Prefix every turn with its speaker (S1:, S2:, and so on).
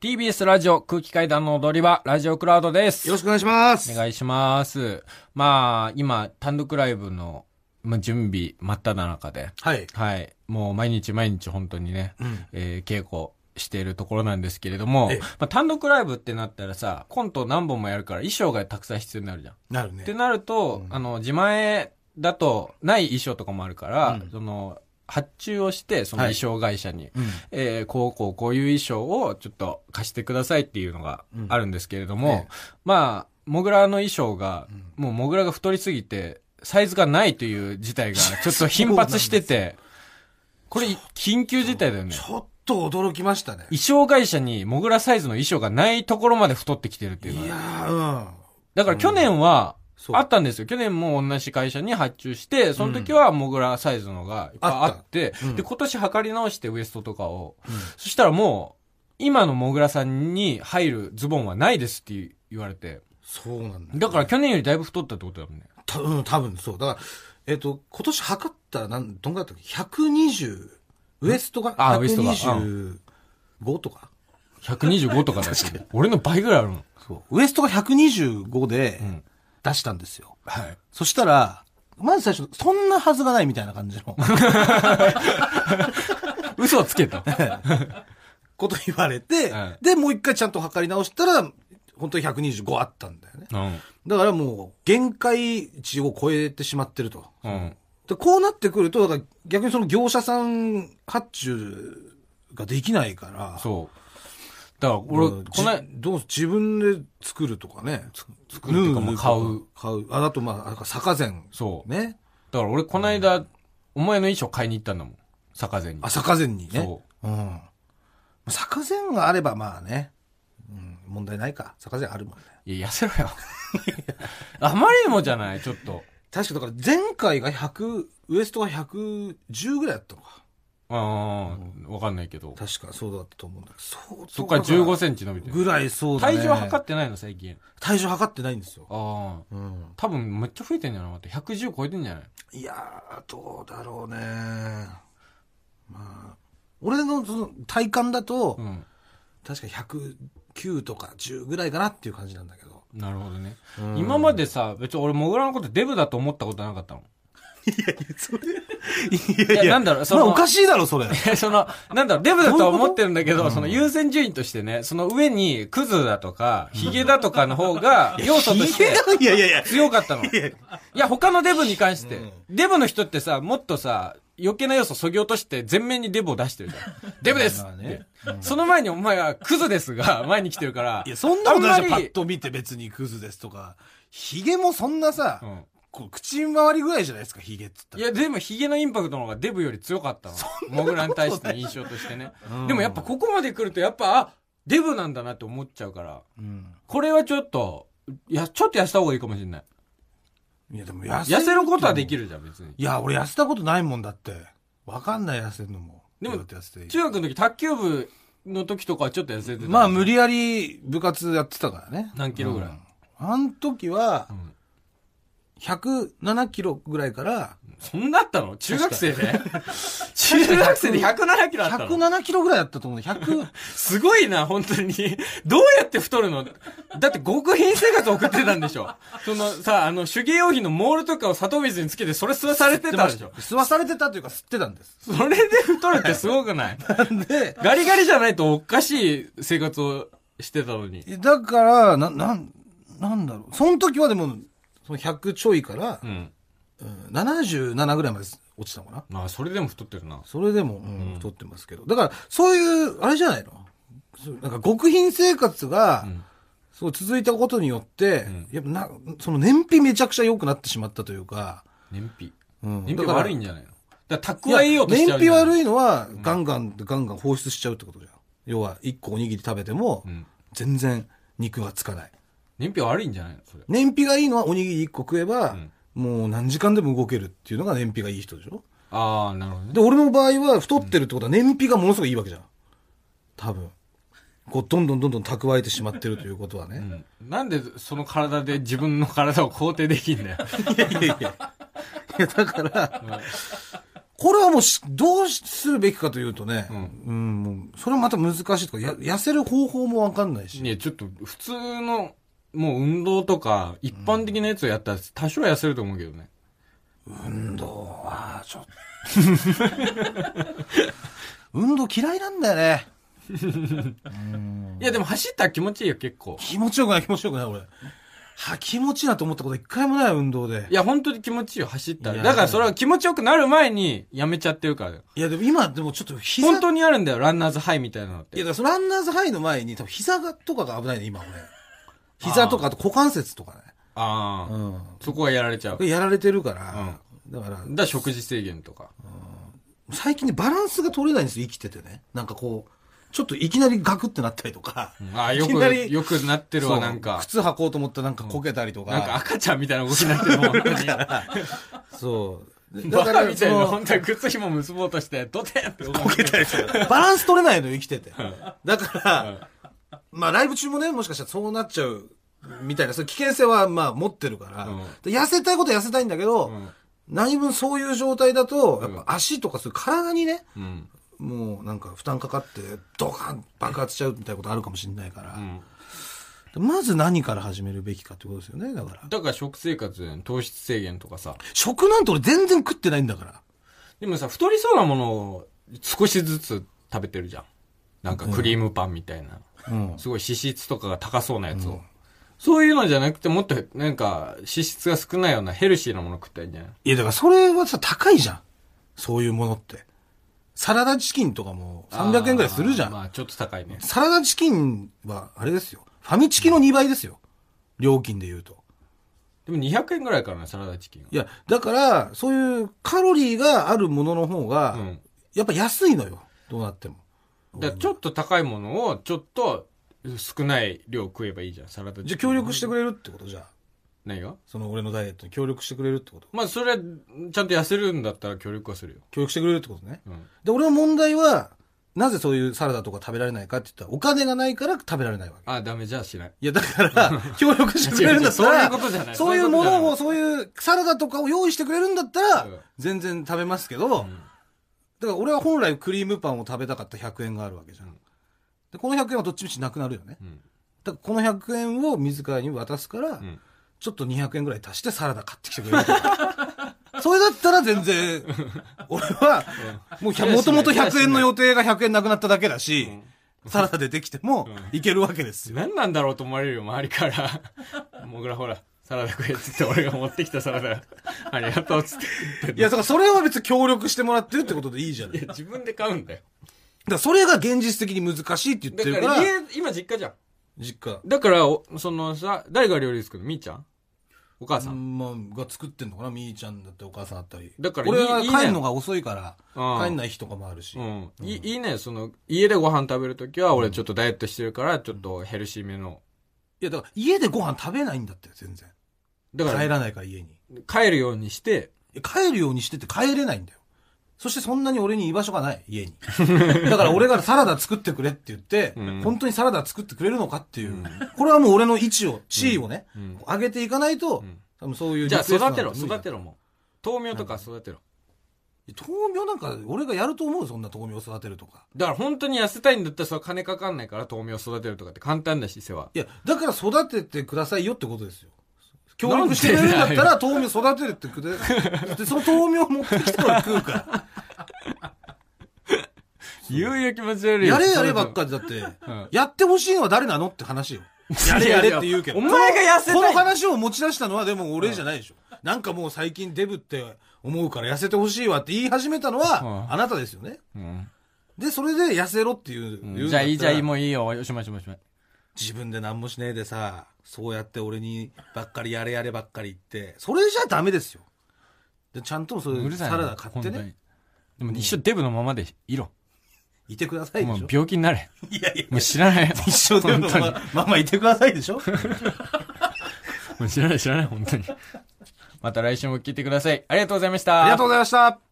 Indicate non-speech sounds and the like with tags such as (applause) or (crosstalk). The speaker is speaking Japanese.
S1: TBS ラジオ空気階段の踊り場、ラジオクラウドです。
S2: よろしくお願いします。
S1: お願いします。まあ、今、単独ライブの、まあ、準備真っ只中で、
S2: はい。
S1: はい。もう毎日毎日本当にね、
S2: うん
S1: えー稽古しているところなんですけれども
S2: ええ、
S1: まあ、単独ライブってなったらさ、コント何本もやるから衣装がたくさん必要になるじゃん。
S2: なる
S1: っ
S2: ね
S1: て。なると、あの、自前だとない衣装とかもあるから、
S2: うん
S1: その、発注をして、その
S2: はい
S1: 衣装会社に、
S2: うん
S1: えーこうこうこういう衣装をちょっと貸してくださいっていうのが
S2: うん
S1: あるんですけれども、
S2: ええ
S1: まあ、モグラの衣装が、もうモグラが太りすぎて、サイズがないという事態がちょっと頻発してて、これ緊急事態だよね
S2: ち。ょっと驚きましたね。
S1: 衣装会社にモグラサイズの衣装がないところまで太ってきてるっていう
S2: い
S1: の
S2: や
S1: は。
S2: ー、うん。
S1: だから去年は、
S2: そう
S1: あったんですよ。去年も同じ会社に発注して、その時はモグラサイズのがいっぱいあって、
S2: たうん
S1: で、今年測り直してウエストとかを、そしたらもう、今のモグラさんに入るズボンはないですって言われて、
S2: そうなんだ。
S1: だから去年よりだいぶ太ったってことだもんね。
S2: たうん、多分そう。だから、えっと、今年測ったら、なん、どんぐらいだったっけ ?120、ウエストが、
S1: あウエストが
S2: 125とか。
S1: 125とか (laughs) だし、俺の倍ぐらいあるもん。
S2: そう。ウエストが125で
S1: ん
S2: 出したんですよ。
S1: はい。
S2: そしたら、まず最初、そんなはずがないみたいな感じ
S1: (laughs)
S2: の
S1: 嘘をつけ (laughs) と。
S2: こと言われて、
S1: うん
S2: で、もう一回ちゃんと測り直したら、本当に125あったんだよね。
S1: うん。
S2: だからもう、限界値を超えてしまってると。
S1: うん。
S2: でこうなってくると、だから逆にその業者さん発注ができないから、
S1: そう。だから
S2: う
S1: 俺、
S2: ん
S1: この
S2: じ、どう自分で作るとかね。
S1: 作るっていうかまあ買う
S2: 縫とか。買う。あ、あとまあ、あと坂膳。
S1: そう。
S2: ね。
S1: だから俺この間、お前の衣装買いに行ったんだもん。坂前に。
S2: あ、坂膳にね。。
S1: そう
S2: ん。坂膳があればまあね、うん、問題ないか。坂膳あるもんね。
S1: いや、痩せろよ。 (laughs) あまりにもじゃないちょっと。
S2: 確かだから前回が100、ウエストが110ぐらいだったのか。
S1: うん、わかんないけど。
S2: 確かそうだったと思うんだけど。そう
S1: そっから15センチ伸びてる。
S2: ぐらいそうだね。
S1: 体重測ってないの、最近。
S2: 体重測ってないんですよ。
S1: ああ。
S2: うん。
S1: 多分めっちゃ増えてんじゃない待って、110超えてんじゃない
S2: いやー、どうだろうね。まあ、俺のその体感だと、
S1: うん。
S2: 確か109とか10ぐらいかなっていう感じなんだけど。
S1: なるほどね。今までさ、別に俺、モグラのことデブだと思ったことなかったの。 (laughs)
S2: い
S1: いやなんだろうその
S2: まあおかしいだろ、それ。
S1: え、その、なんだろう、デブだとは思ってるんだけど、その優先順位としてね、その上に、クズだとか、ヒゲだとかの方が、要素として、
S2: いやいやいや。
S1: 強かったの。いや、他のデブに関して。デブの人ってさ、もっとさ、余計な要素そぎ落として全面にデブを出してるじゃん。 (laughs) デブです
S2: まあ
S1: っ
S2: ね
S1: て。その前にお前はクズですが、 (laughs) 前に来てるから。
S2: いや、そんなことないじゃん。パ
S1: あんま
S2: ッ
S1: り
S2: と見て別にクズですとか。ヒゲもそんなさ、
S1: うん
S2: こう口周りぐらいじゃないですか、ヒゲっつった
S1: い
S2: ら。
S1: や、でもヒゲのインパクトの方がデブより強かったの。モグラに対しての印象としてね。でもやっぱここまで来ると、やっぱ、あ、デブなんだなって思っちゃうから。
S2: うん。
S1: これはちょっと、いや、ちょっと痩せた方がいいかもしれない。
S2: いや、でも痩せ
S1: 痩せることはでき
S2: る。
S1: るじゃん、別に。
S2: いや、俺痩せたことないもんだって。わかんない、痩せるのも。
S1: でも
S2: どうやって痩せていい
S1: 中学の時、卓球部の時とかはちょっと痩せてた。
S2: まあ、無理やり部活やってたからね。
S1: 何キロぐらい
S2: あの時は
S1: ん、
S2: 107キロぐらいから、
S1: そんなあったの中学
S2: (laughs)
S1: 生で中学生で107キロあったの
S2: 107キロぐらいだったと思う。100、 (laughs)
S1: すごいな、本当に。どうやって太るのだって極貧生活送ってたんでしょそのさ、あの、手芸用品のモールとかを砂糖水につけてそれ吸わされてたでしょ
S2: 吸わされてたというか吸ってたんです。
S1: それで太るってすごく
S2: (laughs)
S1: ない
S2: で、
S1: ガリガリじゃないとおかしい生活をしてたのに。
S2: だから、な、なん、なんだろう。その時はでも、その100ちょいから
S1: う、ん。
S2: うん77ぐらいまで落ちたのかな。
S1: まあ、それでも太ってるな。
S2: それでも、うん、太ってますけど。だから、そういう、あれじゃないのそうなんか極貧生活が、
S1: ん
S2: そう続いたことによって、やっぱな、その燃費めちゃくちゃ良くなってしまったというか、
S1: 燃費。
S2: うん
S1: 燃
S2: だ
S1: 費
S2: から
S1: 悪いんじゃないのだから蓄えようとし
S2: い
S1: ち
S2: や
S1: ゃう
S2: 燃費
S1: い。
S2: 悪いのは、ガンガン、ガンガン放出しちゃうってことじゃん。要は、1個おにぎり食べても、
S1: ん
S2: 全然肉がつかない。
S1: 燃費悪いんじゃないのそれ。
S2: 燃費がいいのは、おにぎり1個食えば、
S1: ん
S2: もう何時間でも動けるっていうのが燃費がいい人でしょ
S1: ああ、なるほどね。
S2: で、俺の場合は太ってるってことは燃費がものすごいいいわけじゃん。多分。こう、どんどんどんどん蓄えてしまってる (laughs) ということはね。
S1: なんでその体で自分の体を肯定できんだよ。 (laughs)
S2: いやいやいや。いや、だから、これはもうし、どうするべきかというとね、うん、もう、それはまた難しいとか、や、痩せる方法もわかんないし。
S1: ねちょっと普通の、もう運動とか、一般的なやつをやったら多少痩せると思うけどね。
S2: 運動は、ちょっと。 (laughs) 運動嫌いなんだよね。
S1: いやでも走ったら気持ちいいよ、結構。
S2: 気持ちよくない、気持ちよくない、俺。は、気持ちいいなと思ったこと一回もない、運動で
S1: い。や、本当に気持ちいいよ、走った
S2: い
S1: ら。
S2: や
S1: だからそれは気持ちよくなる前にやめちゃってるから。
S2: いや、でも今、でもちょっと膝、
S1: 本当にあるんだよ、ランナーズハイみたいなのっ
S2: い
S1: て。
S2: や、だからランナーズハイの前に、多分膝がとかが危ないね、今、俺。膝とか、あと股関節とかね。
S1: ああ、
S2: うん。
S1: そこはやられちゃう。
S2: やられてるから、だから、
S1: だから食事制限とか。
S2: 最近ね、バランスが取れないんですよ、生きててね。なんかこう、ちょっといきなりガクってなったりとか。
S1: ああ、
S2: い
S1: よ
S2: き
S1: く、
S2: なり
S1: よくなってる
S2: そう
S1: わ、なんか。
S2: 靴履こうと思ったらなんかこけたりとか。
S1: なんか赤ちゃんみたいな動きになってるもん。
S2: (laughs) そう。
S1: バカみたいな、
S2: その
S1: 本当は靴紐結ぼうとして、ドテンって動けたりする。
S2: (laughs) バランス取れないのよ、生きてて。だから、まあライブ中もね、もしかしたらそうなっちゃう、みたいな、そういう危険性はまあ持ってるから
S1: うん。
S2: で痩せたいことは痩せたいんだけど、
S1: ん
S2: 何分そういう状態だと、やっぱ足とかそういう体にね、
S1: うん。
S2: もうなんか負担かかってドカン爆発しちゃうみたいなことあるかもしれないから、まず何から始めるべきかってことですよねだから
S1: だから食生活だよね糖質制限とかさ。
S2: 食なんて俺全然食ってないんだから
S1: でもさ、太りそうなものを少しずつ食べてるじゃん。なんかクリームパンみたいな。
S2: うん
S1: すごい脂質とかが高そうなやつを。そういうのじゃなくて、もっと、なんか、脂質が少ないようなヘルシーなもの食ったらいいんじゃない
S2: いやだからそれはさ高いじゃんそういうものってサラダチキンとかも300円ぐらいするじゃ
S1: あー
S2: ん
S1: まあ、ちょっと高いね。
S2: サラダチキンはあれですよファミチキの2倍ですよ料金で言うと
S1: でも200円ぐらいからね、サラダチキンは。
S2: いやだからそういうカロリーがあるものの方が、
S1: うん。
S2: やっぱ安いのよどうなっても
S1: だからちょっと高いものを、ちょっと少ない量食えばいいじゃん、サラダチキン。
S2: じゃあ協力してくれるってことじゃあ
S1: 何が
S2: その俺のダイエットに協力してくれるってこと
S1: まあ、それは、ちゃんと痩せるんだったら協力はするよ。
S2: 協力してくれるってことね。
S1: うん。
S2: で、俺の問題は、なぜそういうサラダとか食べられないかって言ったら、お金がないから食べられないわけ。
S1: あ、ダメじゃあしない。
S2: いや、
S1: (laughs)
S2: だから、協力してくれるんだった
S1: 違う違うそういう
S2: ら
S1: ことじゃな、い
S2: そうい
S1: そうい
S2: う
S1: うこと
S2: も
S1: じゃない
S2: のを、そういうサラダとかを用意してくれるんだったら
S1: うん、
S2: 全然食べますけど、だから俺は本来クリームパンを食べたかった100円があるわけじゃん。で、この100円はどっちみちなくなるよね。
S1: うん。
S2: だからこの100円を自らに渡すから、
S1: ん
S2: ちょっと200円ぐらい足してサラダ買ってきてくれるとか (laughs) それだったら全然、俺は、もうひゃ、
S1: うん
S2: もともと100円の予定が100円なくなっただけだし、サラダ出てきてもいけるわけですよ。
S1: 何なんだろうと思われるよ、周りから。 (laughs) もぐらほら、サラダ食えっつって俺が持ってきたサラダ、 (laughs) ありがとうっつって言ってん
S2: い
S1: の。
S2: や、だからそれは別に協力してもらってるってことでいいじゃない。だ
S1: いや、自分で買うんだよ。
S2: からそれが現実的に難しいって言っ
S1: だ
S2: て
S1: か
S2: るからら、
S1: 家、今実家じゃん。
S2: 実家。
S1: だから、おそのさ、誰が料理作るのみーちゃんお母さん。
S2: まあ、が作ってんのかなみーちゃんだってお母さんだったり。
S1: だからいい
S2: 俺はい
S1: いね
S2: 帰るのが遅いから、
S1: うん
S2: 帰んない日とかもあるし。
S1: うん。いいいね、その、家でご飯食べるときは、俺ちょっとダイエットしてるから、ちょっとヘルシーめの。
S2: いや、だから家でご飯食べないんだって、全然。
S1: だか
S2: 帰
S1: ら、
S2: らないから家に。
S1: 帰るようにして、
S2: いや帰るようにしてて帰れないんだよ。そしてそんなに俺に居場所がない、
S1: (laughs)
S2: 家に。だから俺がサラダ作ってくれって言って、
S1: うん
S2: 本当にサラダ作ってくれるのかっていう、
S1: うん
S2: これはもう俺の位置を、地位をね、
S1: うん
S2: 上げていかないと、
S1: ん
S2: 多分そういう
S1: じゃあ
S2: リクエストなん
S1: 育
S2: て
S1: てろ、
S2: 無理だ
S1: 育てろもう。豆苗とか育てろ。
S2: 豆苗なんか俺がやると思う、そんな豆苗育てるとか。
S1: だから本当に痩せたいんだったら、それは金かかんないから、豆苗育てるとかって簡単だし、世話。
S2: いや、だから育ててくださいよってことですよ。協力してくれるんだったら豆苗育てるってくれ、でその豆苗持ってきたら食
S1: (laughs)
S2: うから。
S1: 言うよ気持ち悪いよ。
S2: やれやればっかりだって、
S1: ん
S2: やってほしいのは誰なのって話よ。やれやれって言うけど。
S1: お前が痩せたい
S2: このこの話を持ち出したのはでも俺じゃないでしょ。なんかもう最近デブって思うから痩せてほしいわって言い始めたのは
S1: う、ん
S2: あなたですよね。
S1: うん。
S2: で、それで痩せろっていう。言うんだったら
S1: じゃあいいじゃあいいもういいよ。おしまいおしまいおしまい。
S2: 自分で何もしねえでさ、そうやって俺にばっかりやれやればっかり言って、それじゃダメですよ。でちゃんとそういうう
S1: るさい
S2: サ
S1: な
S2: ラダ買って
S1: 本当
S2: ね
S1: に、でも一生デブのままでいろ。
S2: いてくださいで
S1: も
S2: し
S1: う
S2: ょ。
S1: 病気になれ。
S2: いやいや、
S1: もう知らない。
S2: (laughs) 一生でも
S1: 本当に
S2: まあまあまあいてくださいでしょ。
S1: もう知らない知らない、本当に。また来週も聞いてください。ありがとうございました。
S2: (laughs) ありがとうございました。